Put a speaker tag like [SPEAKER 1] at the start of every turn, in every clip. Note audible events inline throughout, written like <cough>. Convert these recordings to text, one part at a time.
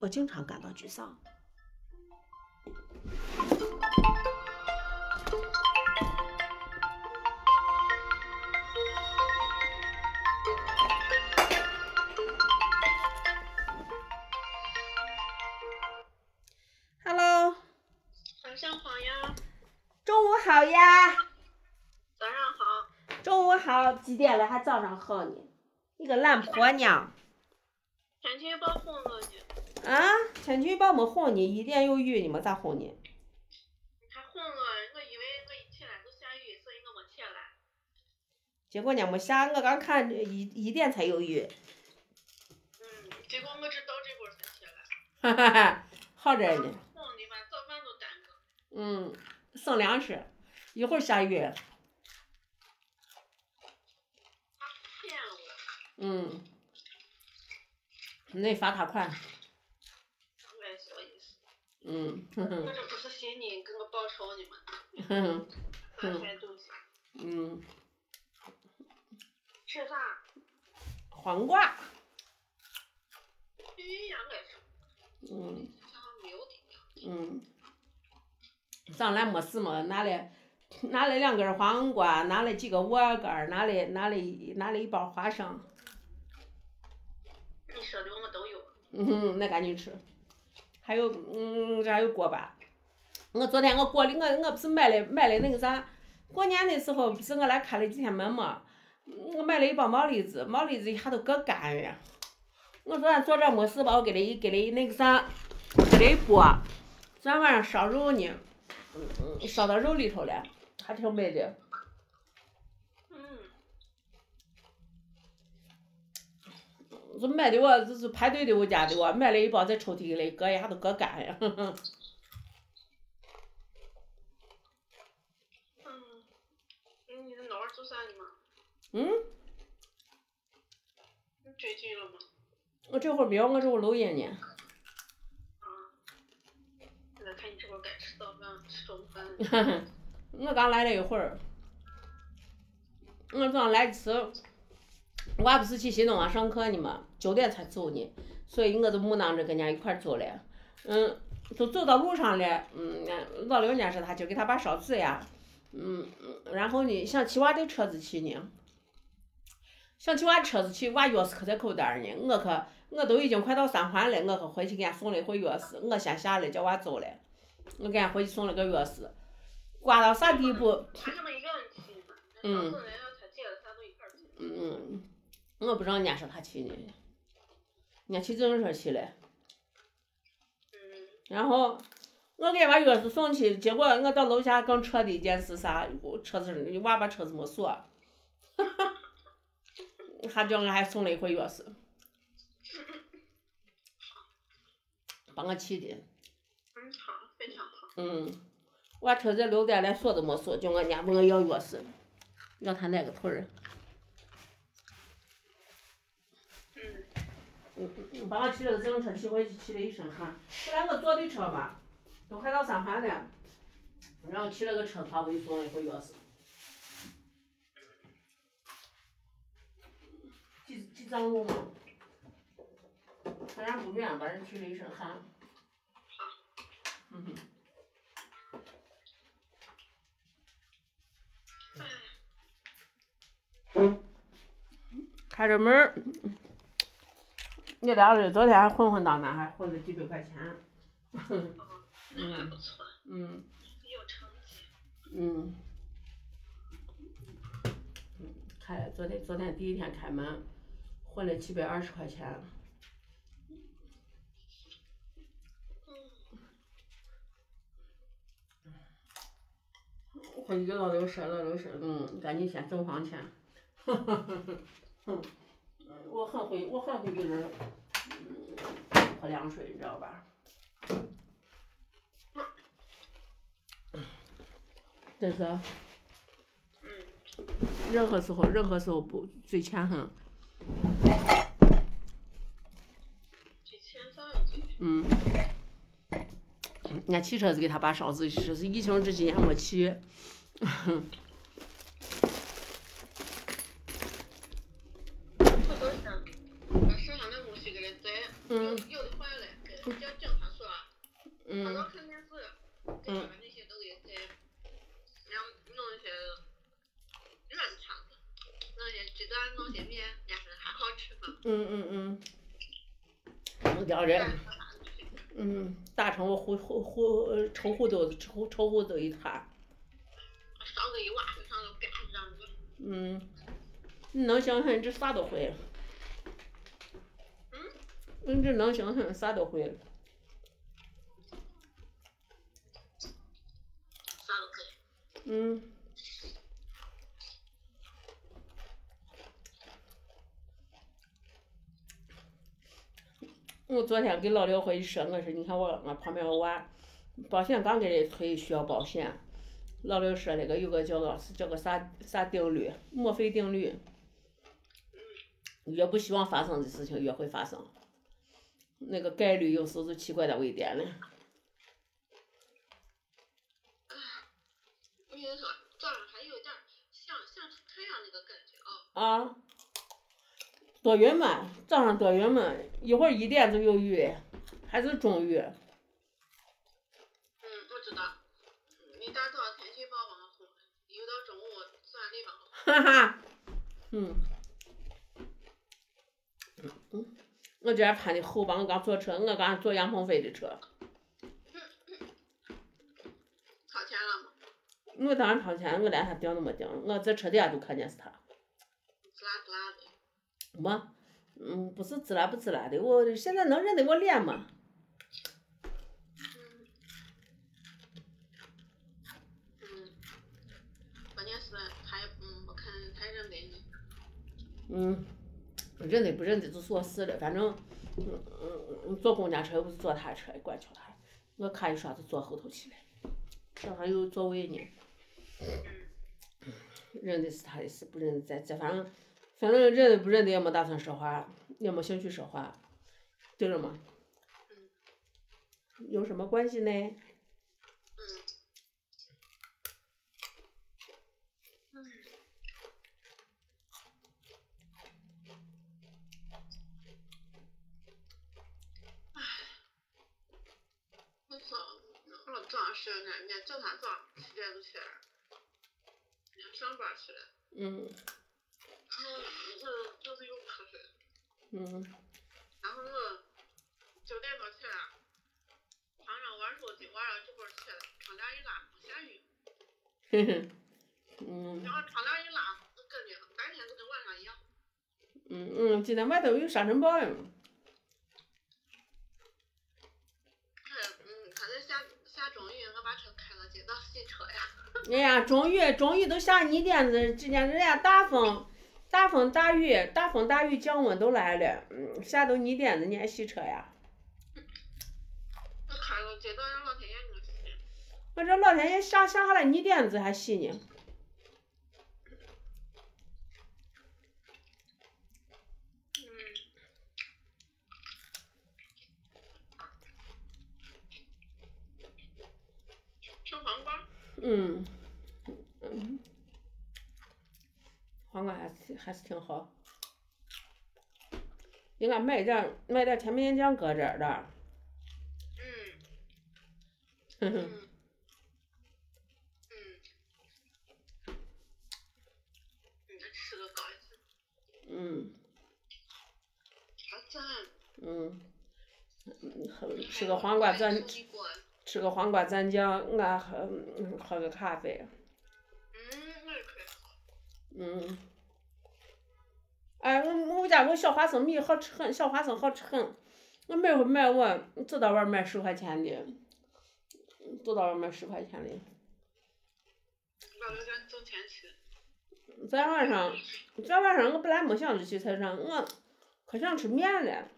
[SPEAKER 1] 我经常感到沮丧。Hello，
[SPEAKER 2] 晚上好呀，
[SPEAKER 1] 中午好呀，
[SPEAKER 2] 早上好。
[SPEAKER 1] 中午好，几点了还早上好呢？你个懒婆娘！
[SPEAKER 2] 前天包红了你，
[SPEAKER 1] 啊，前天把我们哄你，一点有雨，你没咋哄你。
[SPEAKER 2] 你还红了，我以为我一天来都下雨，所以我没起来。
[SPEAKER 1] 结果呢没下，我刚看一一点才有 <laughs> 雨，
[SPEAKER 2] 嗯，结果我只到这会儿才起
[SPEAKER 1] 哈
[SPEAKER 2] 来。
[SPEAKER 1] 哈哈，好着呢。
[SPEAKER 2] 红的吧，早饭都耽搁。
[SPEAKER 1] 嗯，省粮食，一会儿下雨，
[SPEAKER 2] 他骗我，
[SPEAKER 1] 嗯，那罚他款，
[SPEAKER 2] 我也小意思。
[SPEAKER 1] 嗯， <laughs> 哼
[SPEAKER 2] 我
[SPEAKER 1] 哼，
[SPEAKER 2] 这不是寻你给我报仇呢吗？
[SPEAKER 1] 哼哼，
[SPEAKER 2] 翻开东西，
[SPEAKER 1] 嗯，
[SPEAKER 2] 吃啥？
[SPEAKER 1] 黄瓜，
[SPEAKER 2] 鱼养该吃。
[SPEAKER 1] 嗯
[SPEAKER 2] 像没有的一样。
[SPEAKER 1] 嗯，上来没事嘛，拿来拿来两根黄瓜，拿来几个鹅肝，拿来拿来拿来一包花生，
[SPEAKER 2] 你说的我都有。
[SPEAKER 1] 嗯哼，那赶紧吃。还有，嗯，这还有锅巴。我昨天我锅里，我我不是买了买了那个啥，过年的时候不是我来开了几天门嘛，我买了一包毛栗子，毛栗子一下都搁干了。我昨天做这没事吧，我给它一给它一那个啥，给它一剥。昨天晚上烧肉呢，嗯嗯，烧到肉里头了，还挺美的。
[SPEAKER 2] 嗯，
[SPEAKER 1] 这买的我就是排队的我家的我买了一包在抽屉里搁一下都搁干了。
[SPEAKER 2] 嗯，你在哪儿做啥呢嘛？
[SPEAKER 1] <laughs> 嗯，
[SPEAKER 2] 你追剧了吗？
[SPEAKER 1] 我这会儿没有，我这会儿录音呢。
[SPEAKER 2] 啊。我看你这会儿该吃早饭，吃中
[SPEAKER 1] <laughs>
[SPEAKER 2] 饭。
[SPEAKER 1] 我刚来了一会儿，我早上来迟，我还不是去新东方上课呢嘛，九点才走呢，所以我就木囊着跟人家一块儿走了。嗯，都走到路上了，嗯，老刘家说他今儿给他爸烧纸呀，嗯，嗯然后呢想骑娃的车子去呢，想骑娃车子去，娃钥匙可在口袋儿呢，我可我都已经快到三环了，我可回去给俺送了一回钥匙，我先下来叫娃走了，我给俺回去送了个钥匙，刮到啥地步？
[SPEAKER 2] 他这么一个人去嘛，
[SPEAKER 1] 嗯
[SPEAKER 2] 上次来了他姐了，他都一块儿去。
[SPEAKER 1] 嗯，我不知道人家说他去呢，人家骑自行车去了。
[SPEAKER 2] 嗯，
[SPEAKER 1] 然后我给娃钥匙送去，结果我到楼下更扯的一件事啥，我车子娃把车子没锁， <laughs> 还叫我还送了一回钥匙，把我气的。
[SPEAKER 2] 嗯，好，非常好。
[SPEAKER 1] 嗯，我车子留在连锁都没锁，叫我人家问我要钥匙，让他那个腿儿，
[SPEAKER 2] 嗯，
[SPEAKER 1] 嗯把我骑了个自行车骑回去，骑了一身汗。后来我坐的车吧，都快到三环了，然后骑了个车，他给我送了一回钥匙。记记账路嘛，虽然不远，把人骑了一身汗。嗯哼，
[SPEAKER 2] 哎，
[SPEAKER 1] 开着门儿，你俩这昨天还混混当当，还混了几百块钱。
[SPEAKER 2] 那还不错，
[SPEAKER 1] 嗯。
[SPEAKER 2] 有成绩。
[SPEAKER 1] 嗯，嗯开昨天昨天第一天开门，混了七百二十块钱，
[SPEAKER 2] 嗯，
[SPEAKER 1] 回去给老刘说，老刘说，嗯，赶紧先挣 <laughs> 房钱。哼我很会，我很会给人嗯泼凉水，你知道吧？这是
[SPEAKER 2] 嗯，
[SPEAKER 1] 任何时候，任何时候不嘴欠很，
[SPEAKER 2] 这钱算有几天？
[SPEAKER 1] 嗯，人家汽车是给他爸烧纸，说是疫情这几年没去。 <laughs> 嗯
[SPEAKER 2] 可多钱？俺身上的东西给人摘，有
[SPEAKER 1] 嗯
[SPEAKER 2] 有的坏了，给是比较正常说啊，反
[SPEAKER 1] 嗯
[SPEAKER 2] 正看电视，跟你们那些都有些，然后弄一些乱唱的，弄一些鸡蛋，弄一些面，也是还好吃嘛。
[SPEAKER 1] 嗯嗯嗯，有点人
[SPEAKER 2] 但，是好吃
[SPEAKER 1] 嗯，大成我糊糊糊呃臭糊都臭臭糊都一塌，
[SPEAKER 2] 烧个一晚上都干上了。
[SPEAKER 1] 嗯，你能想象你这啥都会了，嗯，你这能想象啥都会了，
[SPEAKER 2] 啥都可以。
[SPEAKER 1] 嗯。我昨天给老廖回去说，我说你看我俺旁边我娃，保险刚给人推需要保险，老廖说那个有个叫个叫个啥啥定律，墨菲定律，越不希望发生的事情越会发生，那个概率有时候是奇怪的微点嘞，
[SPEAKER 2] 我跟你说，这样还有点儿像像是太阳那个感觉啊、
[SPEAKER 1] 啊，多云嘛，早上多云嘛，一会儿一点就有雨，还是中雨。
[SPEAKER 2] 嗯，我知道。你打多少天气预报网红，有到中午算地方。
[SPEAKER 1] 哈哈，嗯，嗯，我这还攀的后吧，我刚坐车，我刚坐杨鹏飞的车，
[SPEAKER 2] 掏钱了吗？
[SPEAKER 1] 我当时掏钱，我连他盯都没盯，我在车底下就看见是他，
[SPEAKER 2] 滋啦滋啦的。
[SPEAKER 1] 没，嗯，不是自来不自来的，我现在能认得我脸吗？
[SPEAKER 2] 嗯。嗯。关键是他也嗯，我看他认得你。
[SPEAKER 1] 嗯，认得不认得就说事了，反正，嗯嗯嗯，坐公交车又不是坐他车，管瞧他，我看一刷就坐后头去了，这还有座位呢。
[SPEAKER 2] 嗯。
[SPEAKER 1] 认得是他的事，不认得咱咱反正反正认得不认得也没打算说话，也没兴趣说话，对了吗？有什么关系呢？
[SPEAKER 2] 嗯。嗯。唉，我操！我早十二点，你叫他早十点就起来，人家上班去了，
[SPEAKER 1] 嗯
[SPEAKER 2] 然后我就是又瞌睡，
[SPEAKER 1] 嗯 <laughs>
[SPEAKER 2] 然后我九点多起来，晚上玩手机玩到这会儿起来，窗帘一拉不下雨。
[SPEAKER 1] 嘿嘿，嗯
[SPEAKER 2] 然后敞亮一拉，就感觉白天就跟晚上一样。
[SPEAKER 1] 嗯嗯，今天外头有沙尘暴呀，
[SPEAKER 2] 是，嗯，他在下下中雨，我把车开到街道洗车呀。
[SPEAKER 1] 哎呀，终于终于都下泥点子，之前人家大风大风大雨大风大雨降温都来了，嗯，下都泥点子你还洗车呀？
[SPEAKER 2] 我开到街道让老天爷给我洗。
[SPEAKER 1] 我这老天爷下下下来泥点子还洗呢。
[SPEAKER 2] 嗯。吃黄瓜，
[SPEAKER 1] 嗯，嗯，黄瓜还是还是挺好。应该买点儿买点儿甜面酱搁这儿的， <laughs>
[SPEAKER 2] 嗯
[SPEAKER 1] 哼哼，
[SPEAKER 2] 嗯嗯，你再吃个高一次，
[SPEAKER 1] 嗯
[SPEAKER 2] 好赞，
[SPEAKER 1] 嗯，嗯喝吃个黄瓜蘸吃个黄瓜蘸酱，俺喝嗯喝个咖啡，
[SPEAKER 2] 嗯，那就可以。
[SPEAKER 1] 嗯。哎，我我家我小花生米好吃很，小花生好吃很。我每回买我走到外儿买十块钱的，走到外儿买十块钱的。
[SPEAKER 2] 老刘家挣钱去。
[SPEAKER 1] 昨天晚上，昨天晚上我本来没想着去菜市场，我可想吃面了。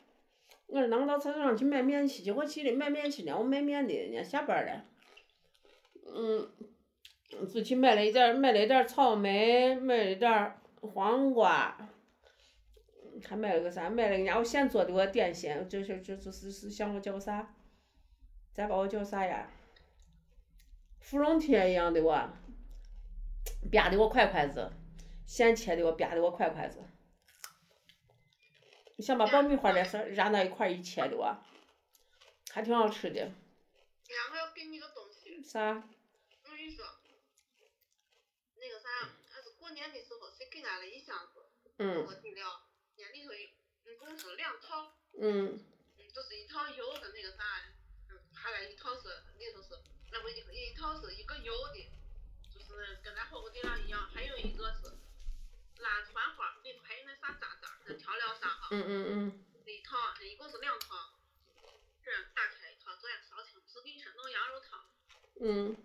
[SPEAKER 1] 我说那我到菜市场去买面去，结果去了买面去了，我卖面的人家下班了。嗯，就去买了一点儿，买了一点儿草莓，买了一点儿黄瓜，还买了个啥？买了人家我现做的我点心，就是就就是是像我叫啥？咱把我叫啥呀？芙蓉贴一样的我，吧的我快筷子。现切的我吧的我快筷子，想把爆米花这事儿染到一块儿一切的我，还挺好吃的。
[SPEAKER 2] 然后要给你个东西，
[SPEAKER 1] 啥？
[SPEAKER 2] 我跟你说，那个啥，俺是过年的时候谁给俺了一箱子
[SPEAKER 1] 嗯
[SPEAKER 2] 我底料，年里头一一共是两套，
[SPEAKER 1] 嗯
[SPEAKER 2] 嗯，就是一套油的那个啥，嗯，还来一套是里头是，那不一一套是一个油的，就是跟咱火锅底料一样，还有一个是拉团花，里头还有那啥渣渣，那调料啥哈，
[SPEAKER 1] 嗯嗯
[SPEAKER 2] 那一套那一共是两套，这样打开一套，昨天烧青不是跟你说弄羊肉汤。
[SPEAKER 1] 嗯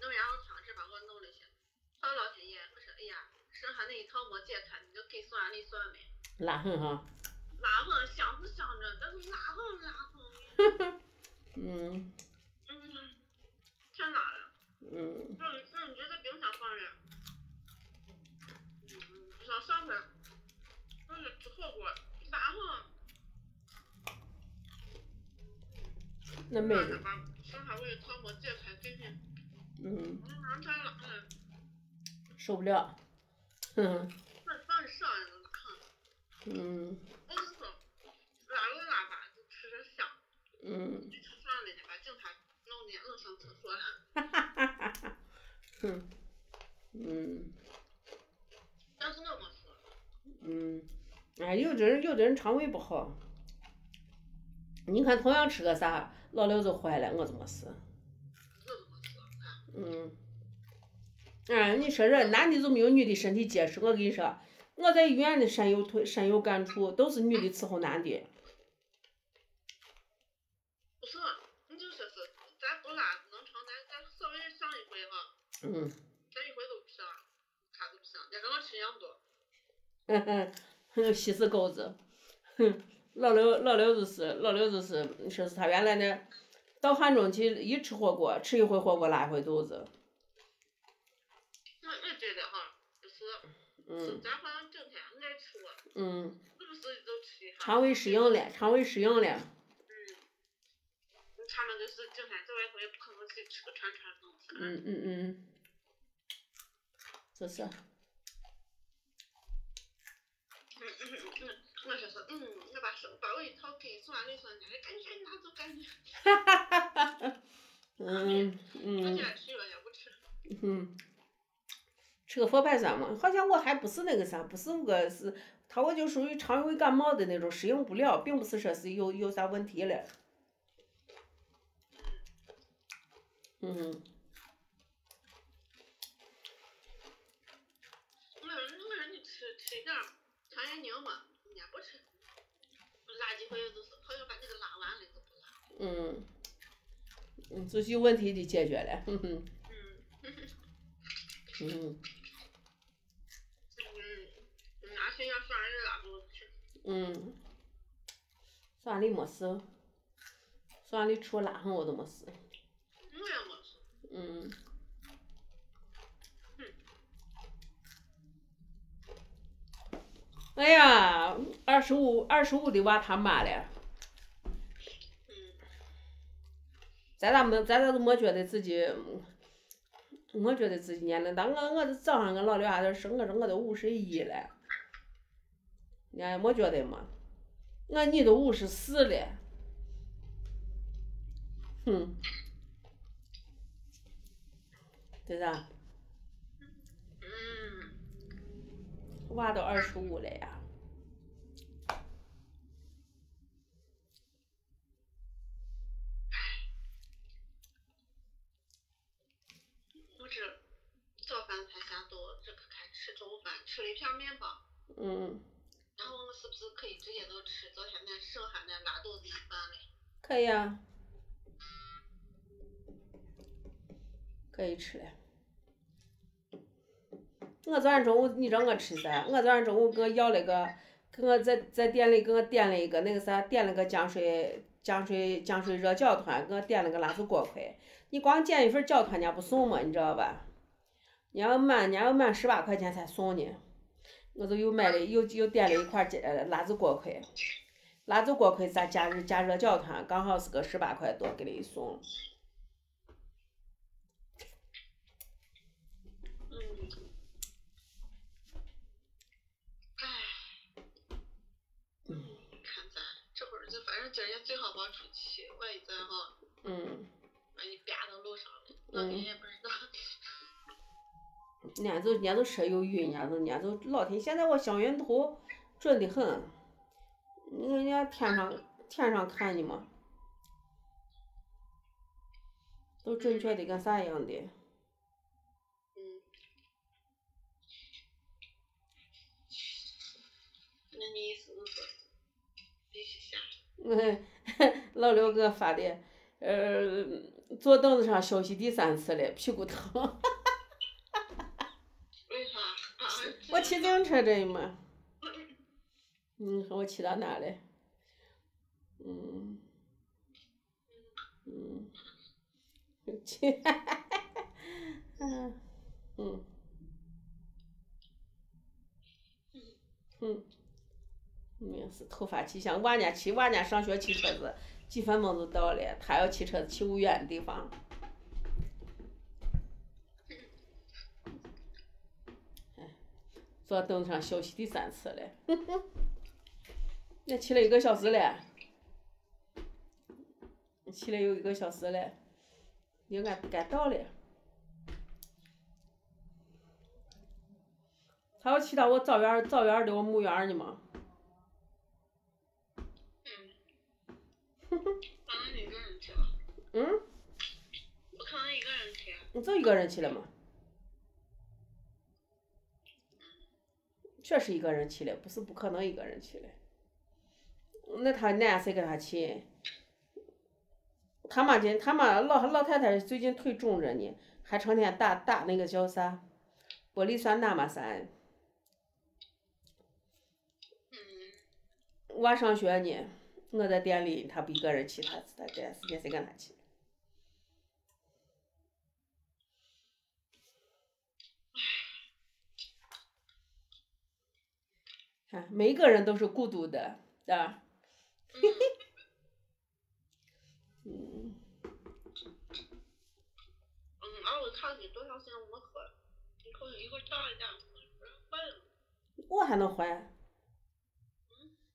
[SPEAKER 2] 弄羊肉汤是把我弄了些，到老天爷，我说哎呀，剩下那一套没解开，你就给算你算呗。
[SPEAKER 1] 嗯，辣很哈。
[SPEAKER 2] 拉风香不香着，但是拉风拉风，
[SPEAKER 1] 嗯
[SPEAKER 2] 嗯，太辣了。
[SPEAKER 1] 嗯，
[SPEAKER 2] 那你那你就在冰箱放着，嗯，不想上回，那是吃火锅，拉风，
[SPEAKER 1] 那妹
[SPEAKER 2] 那是
[SPEAKER 1] 子，
[SPEAKER 2] 把剩下我一套没解开给你，
[SPEAKER 1] 嗯，
[SPEAKER 2] 嗯，太辣了，
[SPEAKER 1] 受不了。嗯
[SPEAKER 2] 那放上了拉风，
[SPEAKER 1] 嗯
[SPEAKER 2] 我跟你说，拉了拉吧就吃着香。
[SPEAKER 1] 嗯，
[SPEAKER 2] 吃饭了，把警察弄的弄上厕所了。
[SPEAKER 1] 哼，嗯
[SPEAKER 2] 但是我没说，
[SPEAKER 1] 嗯，哎，有的人有的人肠胃不好。你看，同样吃个啥，老刘就坏了，我就没事。
[SPEAKER 2] 我都没说。
[SPEAKER 1] 嗯，哎，你说这男的就没有女的身体结实。我跟你说，我在医院的深有推深有感触，都是女的伺候男的。
[SPEAKER 2] 不是，你就说是咱不拉能成，咱咱稍微上一回哈，
[SPEAKER 1] 嗯，
[SPEAKER 2] 咱一回都不上，他都不上，两个我吃一样多。
[SPEAKER 1] 哼哼，西施狗子，哼，老刘老刘就是老刘就是，说是他原来呢，到汉中去一吃火锅，吃一回火锅拉一回肚子。
[SPEAKER 2] 我我觉得哈，不是，是
[SPEAKER 1] 嗯
[SPEAKER 2] 咱好像整天爱吃我，
[SPEAKER 1] 嗯，
[SPEAKER 2] 是不是都吃一下？
[SPEAKER 1] 肠胃适应。了，肠胃适应了。
[SPEAKER 2] 嗯。他们就是整天在外头也不可能去吃个串串东西。
[SPEAKER 1] 嗯嗯嗯，就是，
[SPEAKER 2] 嗯嗯嗯，我说是，嗯，我把手把我一套给送完，你说你赶紧赶紧拿走，赶紧。
[SPEAKER 1] 嗯
[SPEAKER 2] 我
[SPEAKER 1] 嗯
[SPEAKER 2] 现。在吃了也不吃。
[SPEAKER 1] 嗯，吃个佛牌散嘛，好像我还不是那个啥，不是那个是，他我就属于常规感冒的那种，适应不了，并不是说是有有啥问题了。嗯，
[SPEAKER 2] 我我让你吃吃一点儿糖椰牛嘛，人家不吃。我拉几回就是朋友把这个拉完了就不拉。
[SPEAKER 1] 嗯，嗯，就是有问题的解决了，哼哼，
[SPEAKER 2] 嗯
[SPEAKER 1] 嗯
[SPEAKER 2] 嗯，拿去要上人拉不吃。
[SPEAKER 1] 嗯，算了没事，算了除拉上我都没事，
[SPEAKER 2] 我也没吃。
[SPEAKER 1] 嗯。哎呀，二十五二十五的娃他妈了，
[SPEAKER 2] 嗯，
[SPEAKER 1] 咱咋没咱咋都没觉得自己，没觉得自己年龄大。我我这早上跟老刘伢在说，我说我都五十一了，你还没觉得吗？我你都五十四了，哼，对吧？
[SPEAKER 2] 嗯，
[SPEAKER 1] 娃都二十五了呀。
[SPEAKER 2] 我这早饭才下肚，这可开吃中饭，吃了一片面包。
[SPEAKER 1] 嗯，
[SPEAKER 2] 然后我是不是可以直接都吃昨天那剩下那拉肚子一半嘞？
[SPEAKER 1] 可以啊，可以吃了。我昨天中午，你知道我吃啥？我昨天中午给我要了个，给我在在店里给我点了一个那个啥，点了个浆水浆水浆水热搅团，给我点了个辣子锅盔。你光点一份搅团，人家不送嘛，你知道吧？人家要满，人家要满十八块钱才送呢。我就又买了，又又点了一块呃辣子锅盔。辣子锅盔咱加热加热搅团，刚好是个十八块多，给你送。
[SPEAKER 2] 嗯，唉，嗯，看咱这会儿就反正今儿也最好别出去，万一咱哈，
[SPEAKER 1] 嗯，
[SPEAKER 2] 万一啪到路上了，那你也不知道。
[SPEAKER 1] 人家都人家都说有雨，人家都人家都老天。现在我香云头准得很，人家天上天上看你嘛，都准确的跟啥一样的。 <laughs>
[SPEAKER 2] 嗯。那你意思是说，必须下？
[SPEAKER 1] 嗯，老刘给我发的，呃，坐凳子上休息第三次了，屁股疼。 <laughs>
[SPEAKER 2] 为啥？啊？
[SPEAKER 1] 我骑自行车这嘛，嗯，我骑到哪了？嗯，嗯，骑， <laughs> 嗯，嗯，嗯，没事，突发奇想，娃家骑娃家上学骑车子，几分钟就到了，他要骑车子骑不远的地方。哎坐凳子上休息第三次了，那骑了一个小时了，骑了有一个小时了，应该该到了。他要骑到我枣园儿枣园儿的我墓园儿呢嘛，
[SPEAKER 2] 嗯。反正一个人去了，
[SPEAKER 1] 嗯，
[SPEAKER 2] 我可能一个人去。
[SPEAKER 1] 你就一个人去了嘛？确实一个人去了，不是不可能一个人去了。那他那谁跟他去？他妈今他妈老老太太最近腿肿着呢，还成天打打那个叫啥玻璃酸钠嘛三。
[SPEAKER 2] 嗯。
[SPEAKER 1] 娃上学呢，我在店里，他不一个人去，他他这时间谁跟他去？看，啊每一个人都是孤独的，啊。
[SPEAKER 2] 嗯。
[SPEAKER 1] <laughs> 嗯，
[SPEAKER 2] 嗯，而我看你多长时间没喝，你口一会儿哎倒一点，不是坏了吗？
[SPEAKER 1] 我还能换？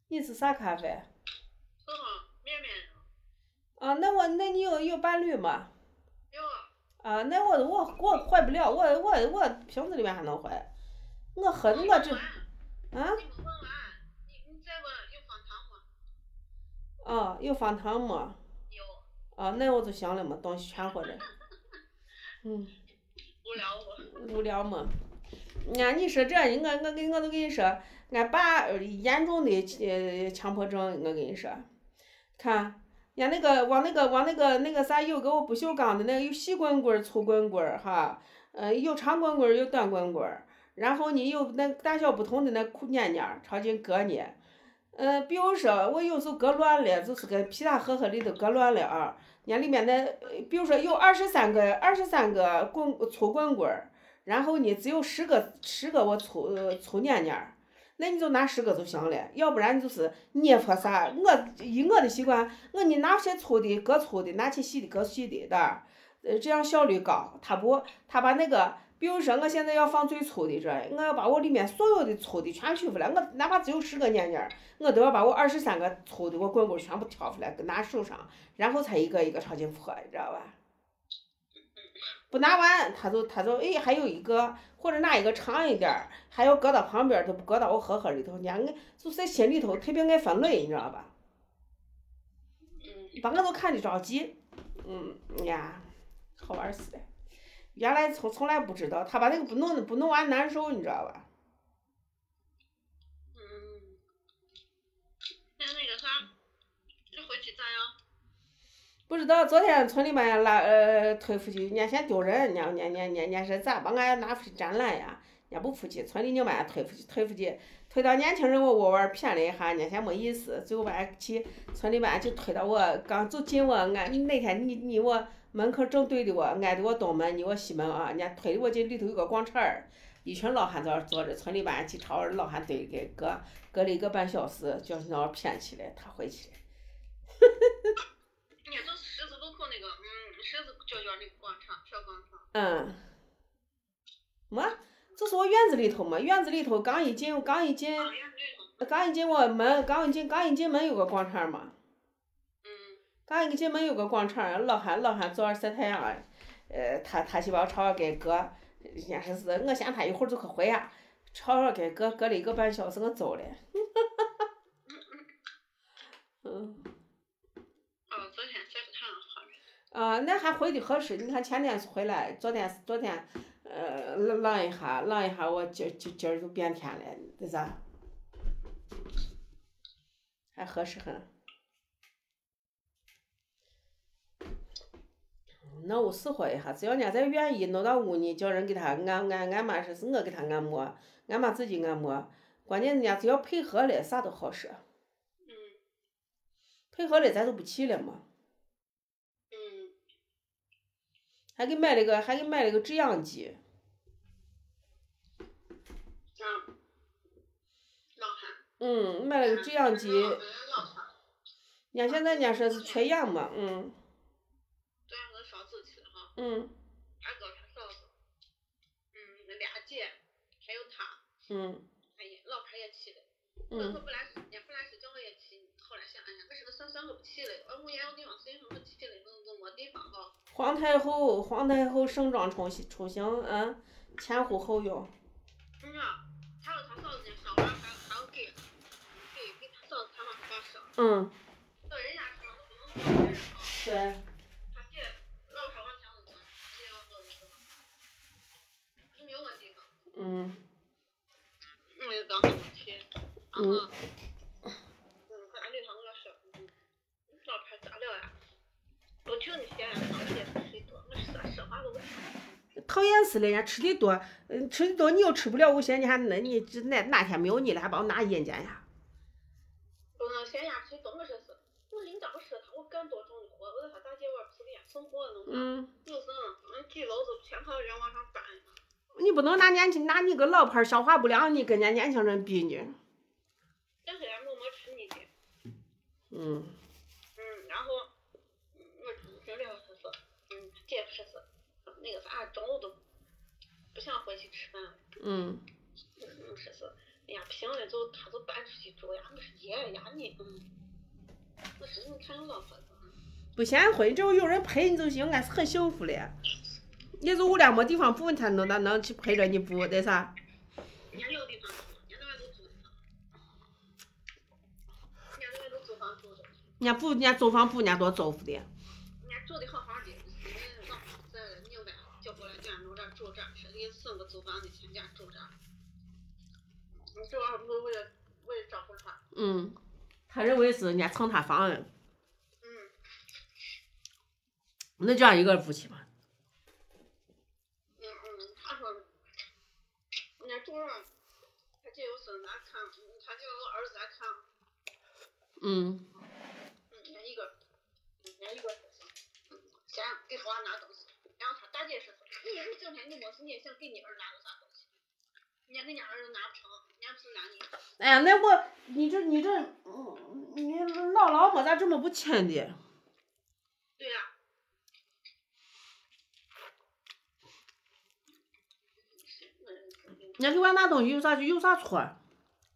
[SPEAKER 1] 你是啥咖啡？
[SPEAKER 2] 正好面面上，
[SPEAKER 1] 啊，那我那你有有伴侣吗？
[SPEAKER 2] 没有啊，
[SPEAKER 1] 啊，那我我我换不了，我我我瓶子里面还能换，我喝
[SPEAKER 2] 你
[SPEAKER 1] 我
[SPEAKER 2] 问
[SPEAKER 1] 这
[SPEAKER 2] 完，
[SPEAKER 1] 啊
[SPEAKER 2] 你没问完，你你再问有方糖吗？
[SPEAKER 1] 啊有方糖没？
[SPEAKER 2] 有，
[SPEAKER 1] 啊，那我就行了嘛，东西全活着。嗯。
[SPEAKER 2] 无聊我。
[SPEAKER 1] 无聊嘛。俺、你说这，我我跟我都跟你说，俺爸呃严重的呃强迫症，我跟你说，看，人那个往那个往那个那个啥，有个我不锈钢的那个有细棍棍儿、粗棍棍儿哈，呃，有长棍棍儿，有短棍棍儿，然后呢有那大小不同的那裤捻捻儿朝进割呢。呃，比如说我有时候割乱了，就是跟皮大盒盒里头割乱了啊，人里面那，呃比如说有二十三个二十三个棍粗棍棍儿，然后呢，只有十个十个我粗呃粗捏捏儿，那你就拿十个就行了，要不然就是捏破啥。我以我的习惯，我你拿些粗的割粗的，拿起细的割细的的，呃，这样效率高。他不，他把那个，比如说我现在要放最粗的这，我要把我里面所有的粗的全取出来，我哪怕只有十个捏捏儿，我都要把我二十三个粗的我棍棍儿全部挑出来，拿手上，然后才一个一个朝进破，你知道吧？不拿完，他就他就哎，还有一个或者拿一个长一点儿，还要搁到旁边儿，都不搁到我盒盒里头，人家爱就是在心里头特别爱分类，你知道吧？
[SPEAKER 2] 嗯，
[SPEAKER 1] 把我都看得着急，嗯呀，好玩儿死了。原来从从来不知道，他把那个不弄不弄完难受，你知道吧？
[SPEAKER 2] 嗯，那那个啥，这回去哦咋样？
[SPEAKER 1] 不知道，昨天村里面也拉呃推出去，人家嫌丢人，人家人家人家人家说咋把俺拿出去展览呀？人家不出去，村里人把俺推出去，推出去，推到年轻人我窝玩骗了一下，人家嫌没意思，最后把俺去村里面就推到我刚就进我俺你那天你你我门口正对的我，挨的我东门，你我西门啊，人家推的我进里头有个广场儿，一群老汉在那儿坐着，村里面去朝着老汉堆给隔隔了一个半小时，叫那儿骗去了，他回去了。
[SPEAKER 2] 你看就是十字路口那个，嗯，十字角角那个广场，小广场。
[SPEAKER 1] 嗯，没，这是我院子里头嘛，院子里头刚一进，刚一进，
[SPEAKER 2] 啊，也是这种。
[SPEAKER 1] 刚一进我门，刚一进，刚一进门有个广场嘛，
[SPEAKER 2] 嗯
[SPEAKER 1] 俺一个姐妹有个广场，老汉老汉早上晒太阳，呃，他他媳妇吵给哥，也是是，我嫌他一会儿就去回呀，吵吵给哥，隔了一个半小时，我走了。 <laughs> 嗯，
[SPEAKER 2] 哦，昨天晒不太阳好了。
[SPEAKER 1] 啊，那还回的合适。你看前天回来，昨天昨天，呃，浪浪一下，浪一下，我今儿今儿今儿就变天了，这咋？还合适很。那我试活一下，只要人家再愿意，弄到屋里叫人给他按按按妈是是我给他按摩，俺妈自己按摩。关键人家只要配合了，啥都好说。
[SPEAKER 2] 嗯
[SPEAKER 1] 配合了，咱就不去了嘛。
[SPEAKER 2] 嗯，
[SPEAKER 1] 还给买了个，还给买了个制氧机。
[SPEAKER 2] 这样。老汉。
[SPEAKER 1] 嗯，买了个制氧机。
[SPEAKER 2] 老人老汉
[SPEAKER 1] 人家现在人家说是缺氧嘛，嗯
[SPEAKER 2] 对，啊我烧纸去了哈，
[SPEAKER 1] 嗯
[SPEAKER 2] 俺哥他嫂子，嗯，俩姐，还有他，
[SPEAKER 1] 嗯
[SPEAKER 2] 哎呀，老潘也去了。我
[SPEAKER 1] 嗯
[SPEAKER 2] 本来是，人家本来是叫我也去，后来想，哎呀，我是个算算我不去了，我我也有地呃方睡，我不去了，我我没地方搞。
[SPEAKER 1] 皇太后，皇太后盛装出行出行啊，前呼后拥。
[SPEAKER 2] 真的，他说他嫂子家烧完还还要给，给给他嫂子他妈发烧，
[SPEAKER 1] 嗯，
[SPEAKER 2] 等人家说我不能搞别人啊，
[SPEAKER 1] 对。
[SPEAKER 2] 他姐老说往前走，你也要搞一个，你没有我地方，
[SPEAKER 1] 嗯
[SPEAKER 2] 我也刚好去，然后，嗯，俺对他我说，老潘咋了呀？我就你嫌俺老姐睡多，我说说话都不听。
[SPEAKER 1] 讨厌死了，人家吃的多，嗯，吃的多你又吃不了，我嫌你还那你这哪哪天没有你了，还把我拿阴间呀？
[SPEAKER 2] 我那闲暇时总么说是，我说你咋不说他？我干多重的活，我说他大姐我不是给人家送货弄吗？
[SPEAKER 1] 嗯，
[SPEAKER 2] 有时候那几楼子全靠人往上搬。
[SPEAKER 1] 你不能拿年轻拿你个老牌儿消化不良，你跟人家年轻人比呢。
[SPEAKER 2] 但是俺都没吃你的，
[SPEAKER 1] 嗯
[SPEAKER 2] 嗯，然后嗯我今天说是，嗯，姐不说是，那个啥，中午都不想回去吃饭了，
[SPEAKER 1] 嗯
[SPEAKER 2] 嗯，说是，哎呀，不行了，就他就搬出去住呀。我说爷呀你，嗯，我说你看老婆子，啊
[SPEAKER 1] 不嫌婚，只要有人陪你就行，俺是很幸福了。也就我俩没地方住，他能能能去陪着你不？那啥，
[SPEAKER 2] 人家有地方住，人家那边都租房，人家那边都租房住的。
[SPEAKER 1] 人家不，人家租房不，人家多招呼的。
[SPEAKER 2] 人家住的好好的，人老婆在了，明白了，叫过来叫俺弄这儿住这儿，说给送个租房的钱，家住这儿。你这玩意儿不是为了为了照顾他，
[SPEAKER 1] 嗯，他认为是人家蹭他房了，
[SPEAKER 2] 嗯，
[SPEAKER 1] 那这样一个夫妻嘛，
[SPEAKER 2] 嗯嗯，他说，人家住上，他就有孙子俺看，他就有儿子俺看，
[SPEAKER 1] 嗯
[SPEAKER 2] 嗯，人家一个，人家一个说是，嫌给娃拿东西，然后他大姐说是，你是挣钱你没事，你也想给你儿拿个啥东西，人家给人家儿子拿不成，人家不是拿你。
[SPEAKER 1] 哎呀，那我你这你这，嗯你老老婆咋这么不亲的？
[SPEAKER 2] 对呀、
[SPEAKER 1] 人家给娃拿东西有啥有啥错儿？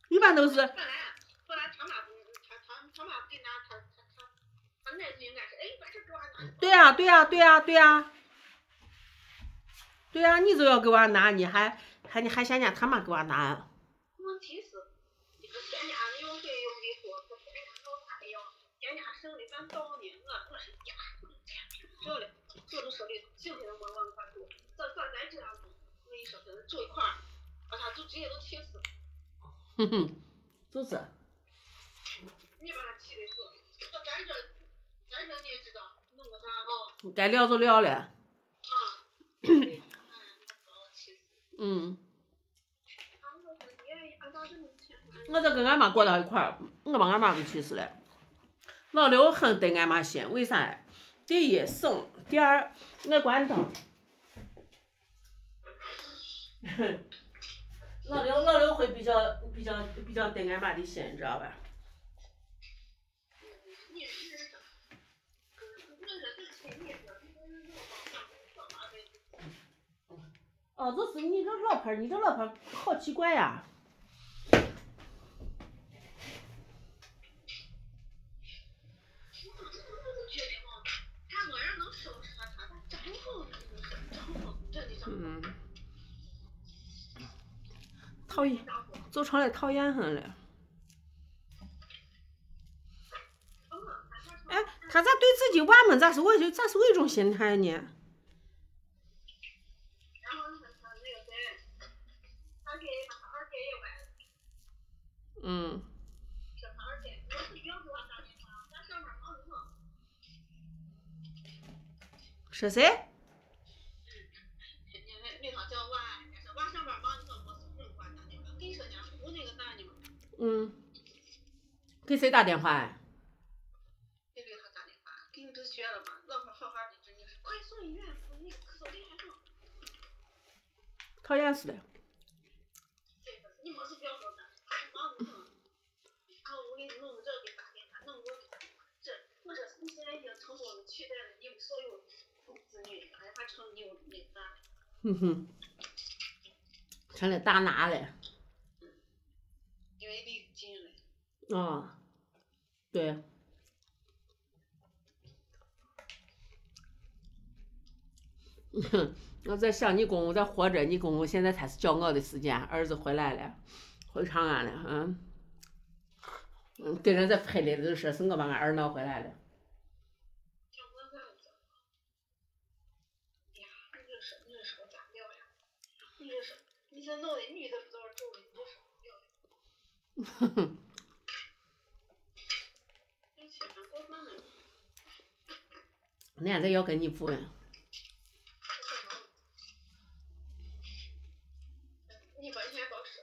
[SPEAKER 1] 一般都是
[SPEAKER 2] 本来本来他妈不他他他妈给拿他他他他奶就应该是哎把这给我拿。
[SPEAKER 1] 对呀、对呀、对呀、对呀、对呀、你就要给娃拿，你还还你还嫌人家他妈给娃拿，
[SPEAKER 2] 问题是，你说人家那用水用的多，可人家弄啥呀？人家剩的咱倒呢，我我是呀，这了，这都说的幸亏没往那块住，这算咱这样住，我跟你说，跟人住一块儿，把他就直接都气死，
[SPEAKER 1] <laughs> 哼哼，就是。
[SPEAKER 2] 你把他气的死。这咱这咱这你也知道，弄个啥哦。
[SPEAKER 1] 该聊就聊了，嗯，我这跟俺妈过到一块儿，我把俺妈给气死了。老刘很得俺妈心，为啥？第一省，第二我管他。 <laughs> 老刘，老刘会比较比较比较得俺妈的心，你知道吧？哦，就是你这老婆，你这老婆好奇怪呀、
[SPEAKER 2] 啊
[SPEAKER 1] 讨厌，
[SPEAKER 2] 大火，
[SPEAKER 1] 做成了讨厌很了。
[SPEAKER 2] 嗯，咱这
[SPEAKER 1] 哎，他咋对自己娃们咋是我就咋是我一种心态呢？
[SPEAKER 2] 然后那个那个谁，二姐也把他二姐也崴了，
[SPEAKER 1] 嗯，
[SPEAKER 2] 小唐二姐，我是英国打电话，咱啊上面忙不忙？
[SPEAKER 1] 是谁？
[SPEAKER 2] 人家那那场叫娃，人家说娃上班忙，你说我是不是管打电话？跟你说，人家我那个啥呢嘛，
[SPEAKER 1] 嗯，给谁打电话啊呀、
[SPEAKER 2] 别给他打电话，给你都学了嘛，老婆好好的，直接说快送医院，你可手厉害上。
[SPEAKER 1] 讨厌死了。
[SPEAKER 2] 这个你没事不要说的，忙不忙？啊，我给你弄个这给打电话，弄我给打电话，这我这你现在已经成功的取代了你们所有子女，哎，还成你有那啥。
[SPEAKER 1] 哼哼，成了大拿了。
[SPEAKER 2] 因为离近了，
[SPEAKER 1] 啊、对。 <laughs> 我在想你公公在活着，你公公现在才是骄傲的时间。儿子回来了，回长安了，嗯，嗯，跟人在拍里头就说是我把俺儿闹回来了。
[SPEAKER 2] 就我这样子。哎呀，你这是你这是个咋料呀？你这是你这弄的女的不知道重的，你这是咋料呀？这且还过分了，
[SPEAKER 1] 那这要跟你不问，
[SPEAKER 2] 你把钱搞使，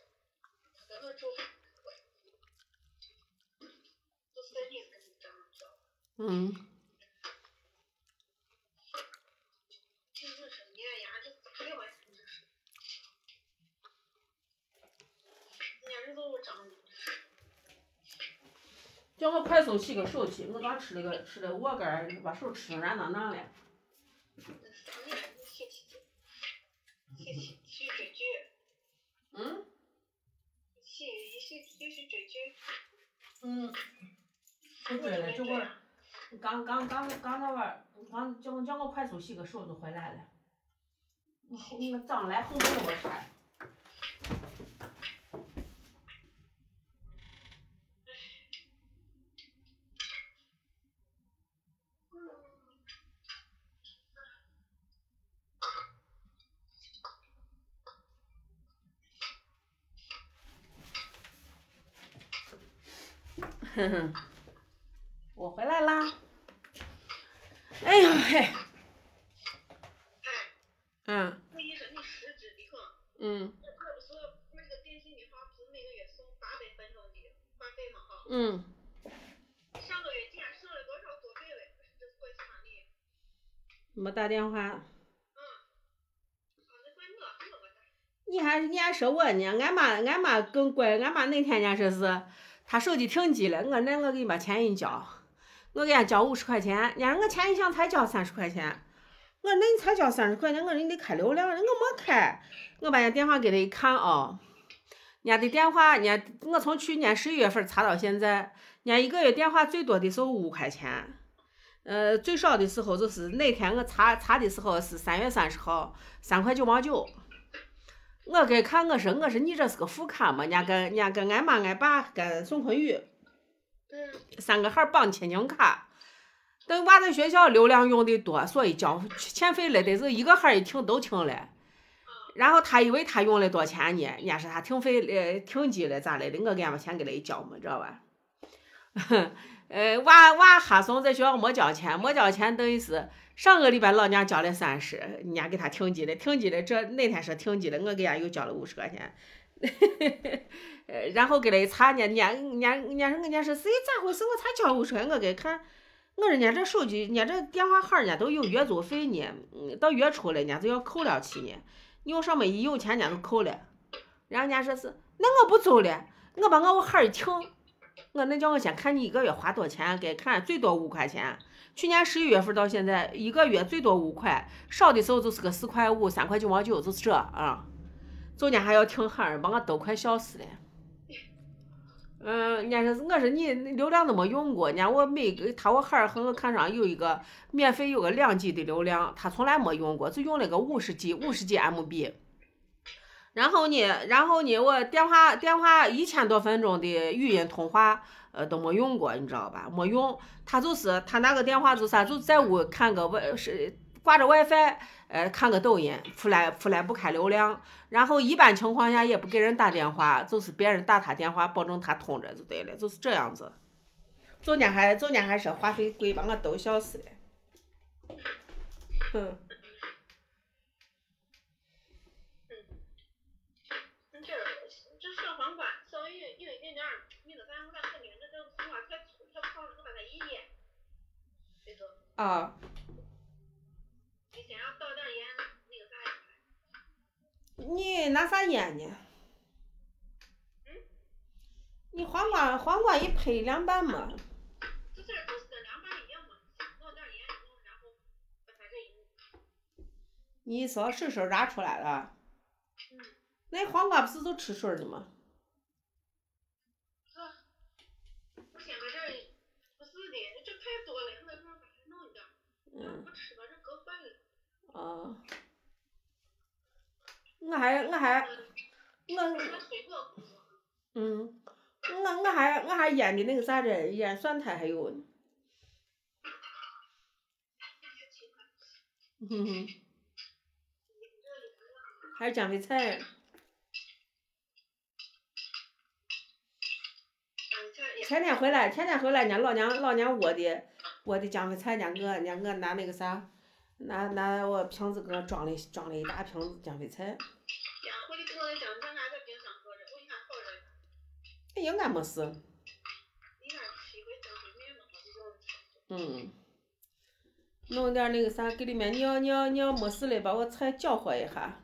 [SPEAKER 2] 咱们住，都是在你跟你这样讲。
[SPEAKER 1] 嗯，
[SPEAKER 2] 真正是你这牙这咋的玩意？真是，你牙这都长了。
[SPEAKER 1] 叫我快手洗个手去，我刚吃了个吃了窝干儿，把手吃成软囊囊了。嗯嗯，不追了，这会儿。刚刚刚刚那玩儿，刚叫我叫我快手洗个手就回来了。我那个脏来红红我啥？哼 <laughs> 哼，我回来啦。哎呦嘿，嗯
[SPEAKER 2] 那医生，你十指立刻，
[SPEAKER 1] 嗯
[SPEAKER 2] 那他不说那个电信银行不是每个月送八百分钟的话费吗？哈，
[SPEAKER 1] 嗯，
[SPEAKER 2] 上个月竟然省了多少多费嘞？这是怪哪里？
[SPEAKER 1] 没打电话。
[SPEAKER 2] 嗯，啊，那怪我，我吧，
[SPEAKER 1] 你还你还说我呢？俺妈俺妈更乖，俺妈那天人家说是，她手机停机了，我那我给你把钱给你交，我给人家交五十块钱，人家我前一项才交三十块钱，我说那你才交三十块钱，我说你得开流量，人家我没开，我把人家电话给他一看啊，人家的电话，人家我从去年十一月份查到现在，人家一个月电话最多的时候五块钱。呃，最少的时候就是那天我查查的时候是三月三十号，三块九毛九。我给看我说我说你这是个副刊嘛？人家跟人家跟俺妈俺爸跟宋坤宇
[SPEAKER 2] 嗯，
[SPEAKER 1] 三个孩儿绑亲情卡，等娃在学校流量用的多，所以交欠费了得是一个孩儿一听都听了。然后他以为他用了多钱呢，人家说他停费了、停机了咋来的？我给俺把钱给他一交嘛，知道吧？呃，娃娃哈怂在学校没交钱，没交钱等于是上个礼拜老娘交了三十，人家给他停机了，停机了。这那天说停机了，我给人家又交了五十块钱。呃，然后给他一查，人家人家人家人家人家说谁咋回事？我才交五十块，我给看，我说人家这手机，人家这电话号，人家都有月租费呢，嗯到月初了，人家就要扣了起呢。你用上面一有钱，人家就扣了。然后人家说是，那我不走了，我把我孩儿一停，我那叫我先看你一个月花多少钱，给看最多五块钱。去年十一月份到现在，一个月最多五块，少的时候就是个四块五、三块九毛九，就是这啊。中间还要停孩儿，把我都快笑死了。嗯，人家说是，我说你流量都没用过，人家我每个他我孩儿和我看上有一个免费有个两 G 的流量，他从来没用过，就用了个五十 G 五十 G MB。然后呢，然后呢，我电话电话一千多分钟的语音通话，呃，都没用过，你知道吧？没用，他就是他那个电话就是啥，啊就在屋看个 Wi 是挂着 WiFi，呃，看个抖音，出来出来不开流量，然后一般情况下也不给人打电话，就是别人打他电话，保证他通着就对了，就是这样子。昨天还昨天还说话费贵，把我都笑死了。嗯。
[SPEAKER 2] 嗯这这小黄瓜稍微有有一点点儿，你那咱有点可怜，这这黄瓜太粗太胖了，我把它一腌，这个
[SPEAKER 1] 啊，
[SPEAKER 2] 你先要倒点盐，那个啥，
[SPEAKER 1] 你拿啥腌呢
[SPEAKER 2] 嗯？
[SPEAKER 1] 你黄瓜黄瓜一拍凉拌嘛，
[SPEAKER 2] 这事儿就是跟凉拌一样嘛，弄点盐，弄然后把它这一弄，
[SPEAKER 1] 你一说水水炸出来了
[SPEAKER 2] 嗯。
[SPEAKER 1] 那黄瓜不是都吃水的吗？
[SPEAKER 2] 呵，我先搁这儿，不是的，这太多了，那会儿把它弄一点儿，
[SPEAKER 1] 嗯，
[SPEAKER 2] 不吃吧，这隔饭了。
[SPEAKER 1] 啊。我还我还我
[SPEAKER 2] 那水果不多，
[SPEAKER 1] 嗯，我我还我还腌的那个啥子腌蒜苔还有呢。嗯哼哼，还有江肥菜，
[SPEAKER 2] 嗯，这也
[SPEAKER 1] 前天回来，前天回来，人家老娘老娘我的我的江肥菜，人家给我人家给我拿那个啥，拿拿我瓶子给我装了装了一大瓶子江肥菜，
[SPEAKER 2] 养活的给我讲，咱俩在冰箱搁着，我一看好着，
[SPEAKER 1] 应该没事。
[SPEAKER 2] 你看吃一回江水面嘛，我就用
[SPEAKER 1] 嗯，弄点儿那个啥，给里面你要你要你要没事了，把我菜搅和一下，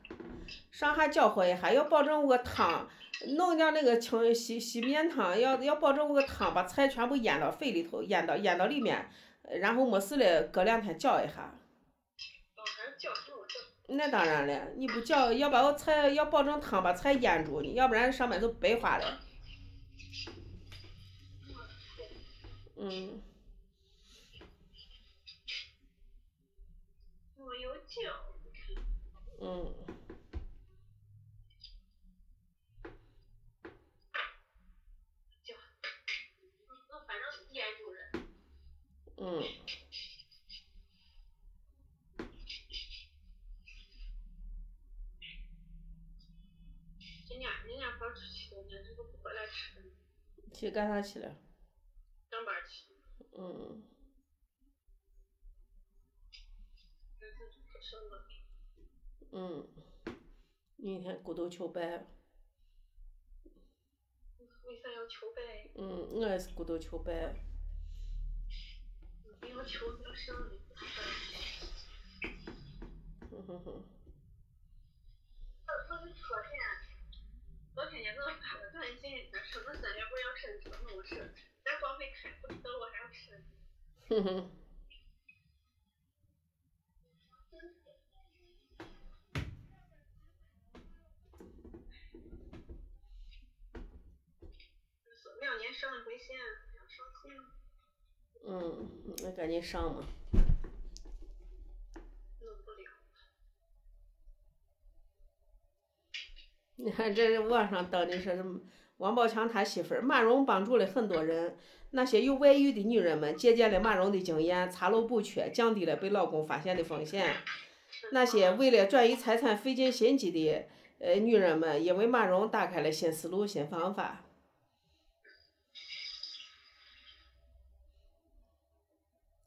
[SPEAKER 1] 上下搅和一下，要保证我汤，弄点儿那个清稀稀面汤，要要保证我汤把菜全部淹到肺里头，淹到淹到里面，呃然后没事了，隔两天搅一下。
[SPEAKER 2] 往还是叫上我叫。
[SPEAKER 1] 那当然了，你不搅，要把我菜要保证汤把菜淹住你，要不然上面就白花了。嗯，
[SPEAKER 2] 我有酒，
[SPEAKER 1] 嗯。
[SPEAKER 2] 那反正是腌住人。
[SPEAKER 1] 嗯，
[SPEAKER 2] 人家人家包出去的，人家都不回来吃，
[SPEAKER 1] 去干啥去了？
[SPEAKER 2] 上班去。
[SPEAKER 1] 嗯。
[SPEAKER 2] 但是不生了，
[SPEAKER 1] 嗯，那天骨头球掰，
[SPEAKER 2] 为啥要求呗？
[SPEAKER 1] 嗯，我也是骨头球掰，
[SPEAKER 2] 你要求要生了，不是呗？
[SPEAKER 1] 哼嗯哼哼，
[SPEAKER 2] 我就昨天，啊昨天也给我发了 <laughs> 短信，他说我三月份要申请我是咱光会开，不知道我还要申。
[SPEAKER 1] 哼哼，
[SPEAKER 2] 两年上一回线，要上线。
[SPEAKER 1] 嗯，那赶紧上嘛，
[SPEAKER 2] 弄不了。
[SPEAKER 1] 你看 <laughs> 这网上登的说什么？王宝强他媳妇儿马蓉帮助了很多人，那些有外遇的女人们借鉴了马蓉的经验，查漏补缺，降低了被老公发现的风险。那些为了转移财产费尽心机的呃女人们，因为马蓉打开了新思路、新方法。 <laughs>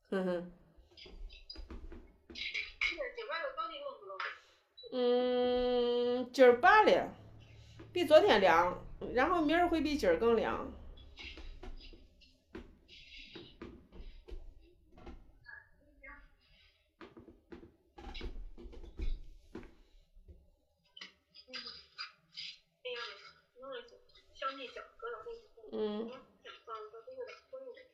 [SPEAKER 1] 哼哼，
[SPEAKER 2] 这今晚都到底弄不弄？
[SPEAKER 1] 嗯，今儿罢了，比昨天凉，然后明儿会比今儿更凉。
[SPEAKER 2] 嗯哎呀，弄一下，小内角搁到那一步，
[SPEAKER 1] 嗯
[SPEAKER 2] 想装的都有点贵了。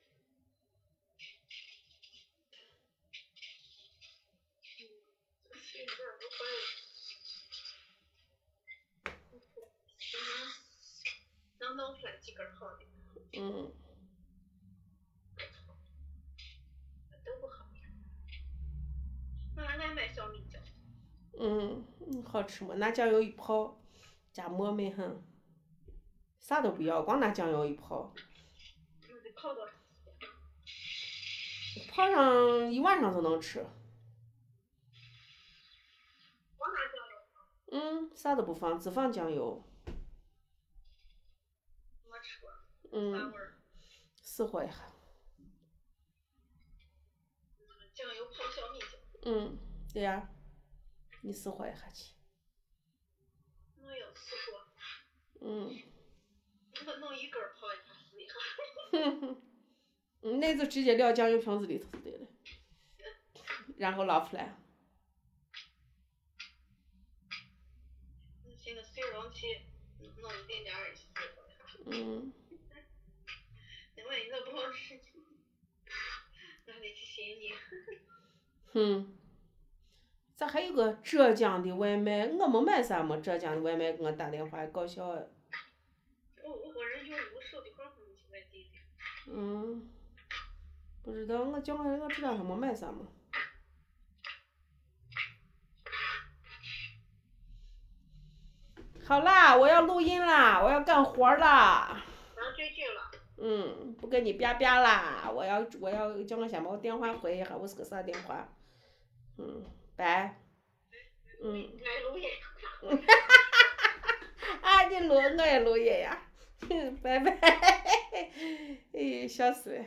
[SPEAKER 2] 嗯，这是有点不贵了。能能弄出来几根好的，
[SPEAKER 1] 嗯。
[SPEAKER 2] 都不好。那俺爱买小米椒，
[SPEAKER 1] 嗯，嗯好吃吗？拿酱油一泡，加馍没很，啥都不要，光拿酱油一泡，
[SPEAKER 2] 那得泡多少？
[SPEAKER 1] 泡上一晚上都能吃。
[SPEAKER 2] 光拿酱油，
[SPEAKER 1] 嗯，啥都不放，只放酱油。
[SPEAKER 2] 我吃过，酸
[SPEAKER 1] 嗯，
[SPEAKER 2] 味儿，
[SPEAKER 1] 试过一下。
[SPEAKER 2] 酱油泡小米酒，
[SPEAKER 1] 嗯，对呀、你试过一下去。
[SPEAKER 2] 我有吃过，
[SPEAKER 1] 嗯，
[SPEAKER 2] 我弄一根儿泡一下试一下。
[SPEAKER 1] 嗯那就直接撂酱油瓶子里头就对了，然后捞出来。
[SPEAKER 2] 那个水容器弄一点点儿试一下。 <laughs>
[SPEAKER 1] 嗯，
[SPEAKER 2] 另外一个不好吃，那得去寻你。
[SPEAKER 1] 哼。咱还有个浙江的外卖，我没买啥么？浙江的外卖给我打电话，搞笑哎。
[SPEAKER 2] 我我个人用无手的光棍去外地的，
[SPEAKER 1] 嗯，不知道，我叫我我知道他没买啥么。好啦，我要录音啦，我要干活儿啦。
[SPEAKER 2] 能追剧了。
[SPEAKER 1] 嗯，不跟你叭叭啦，我要我要叫我先把我电话回一下，我是个啥电话？嗯，拜。嗯，
[SPEAKER 2] 来录音。
[SPEAKER 1] 啊， <laughs> 你录我也录音呀，拜拜。哎，笑死了。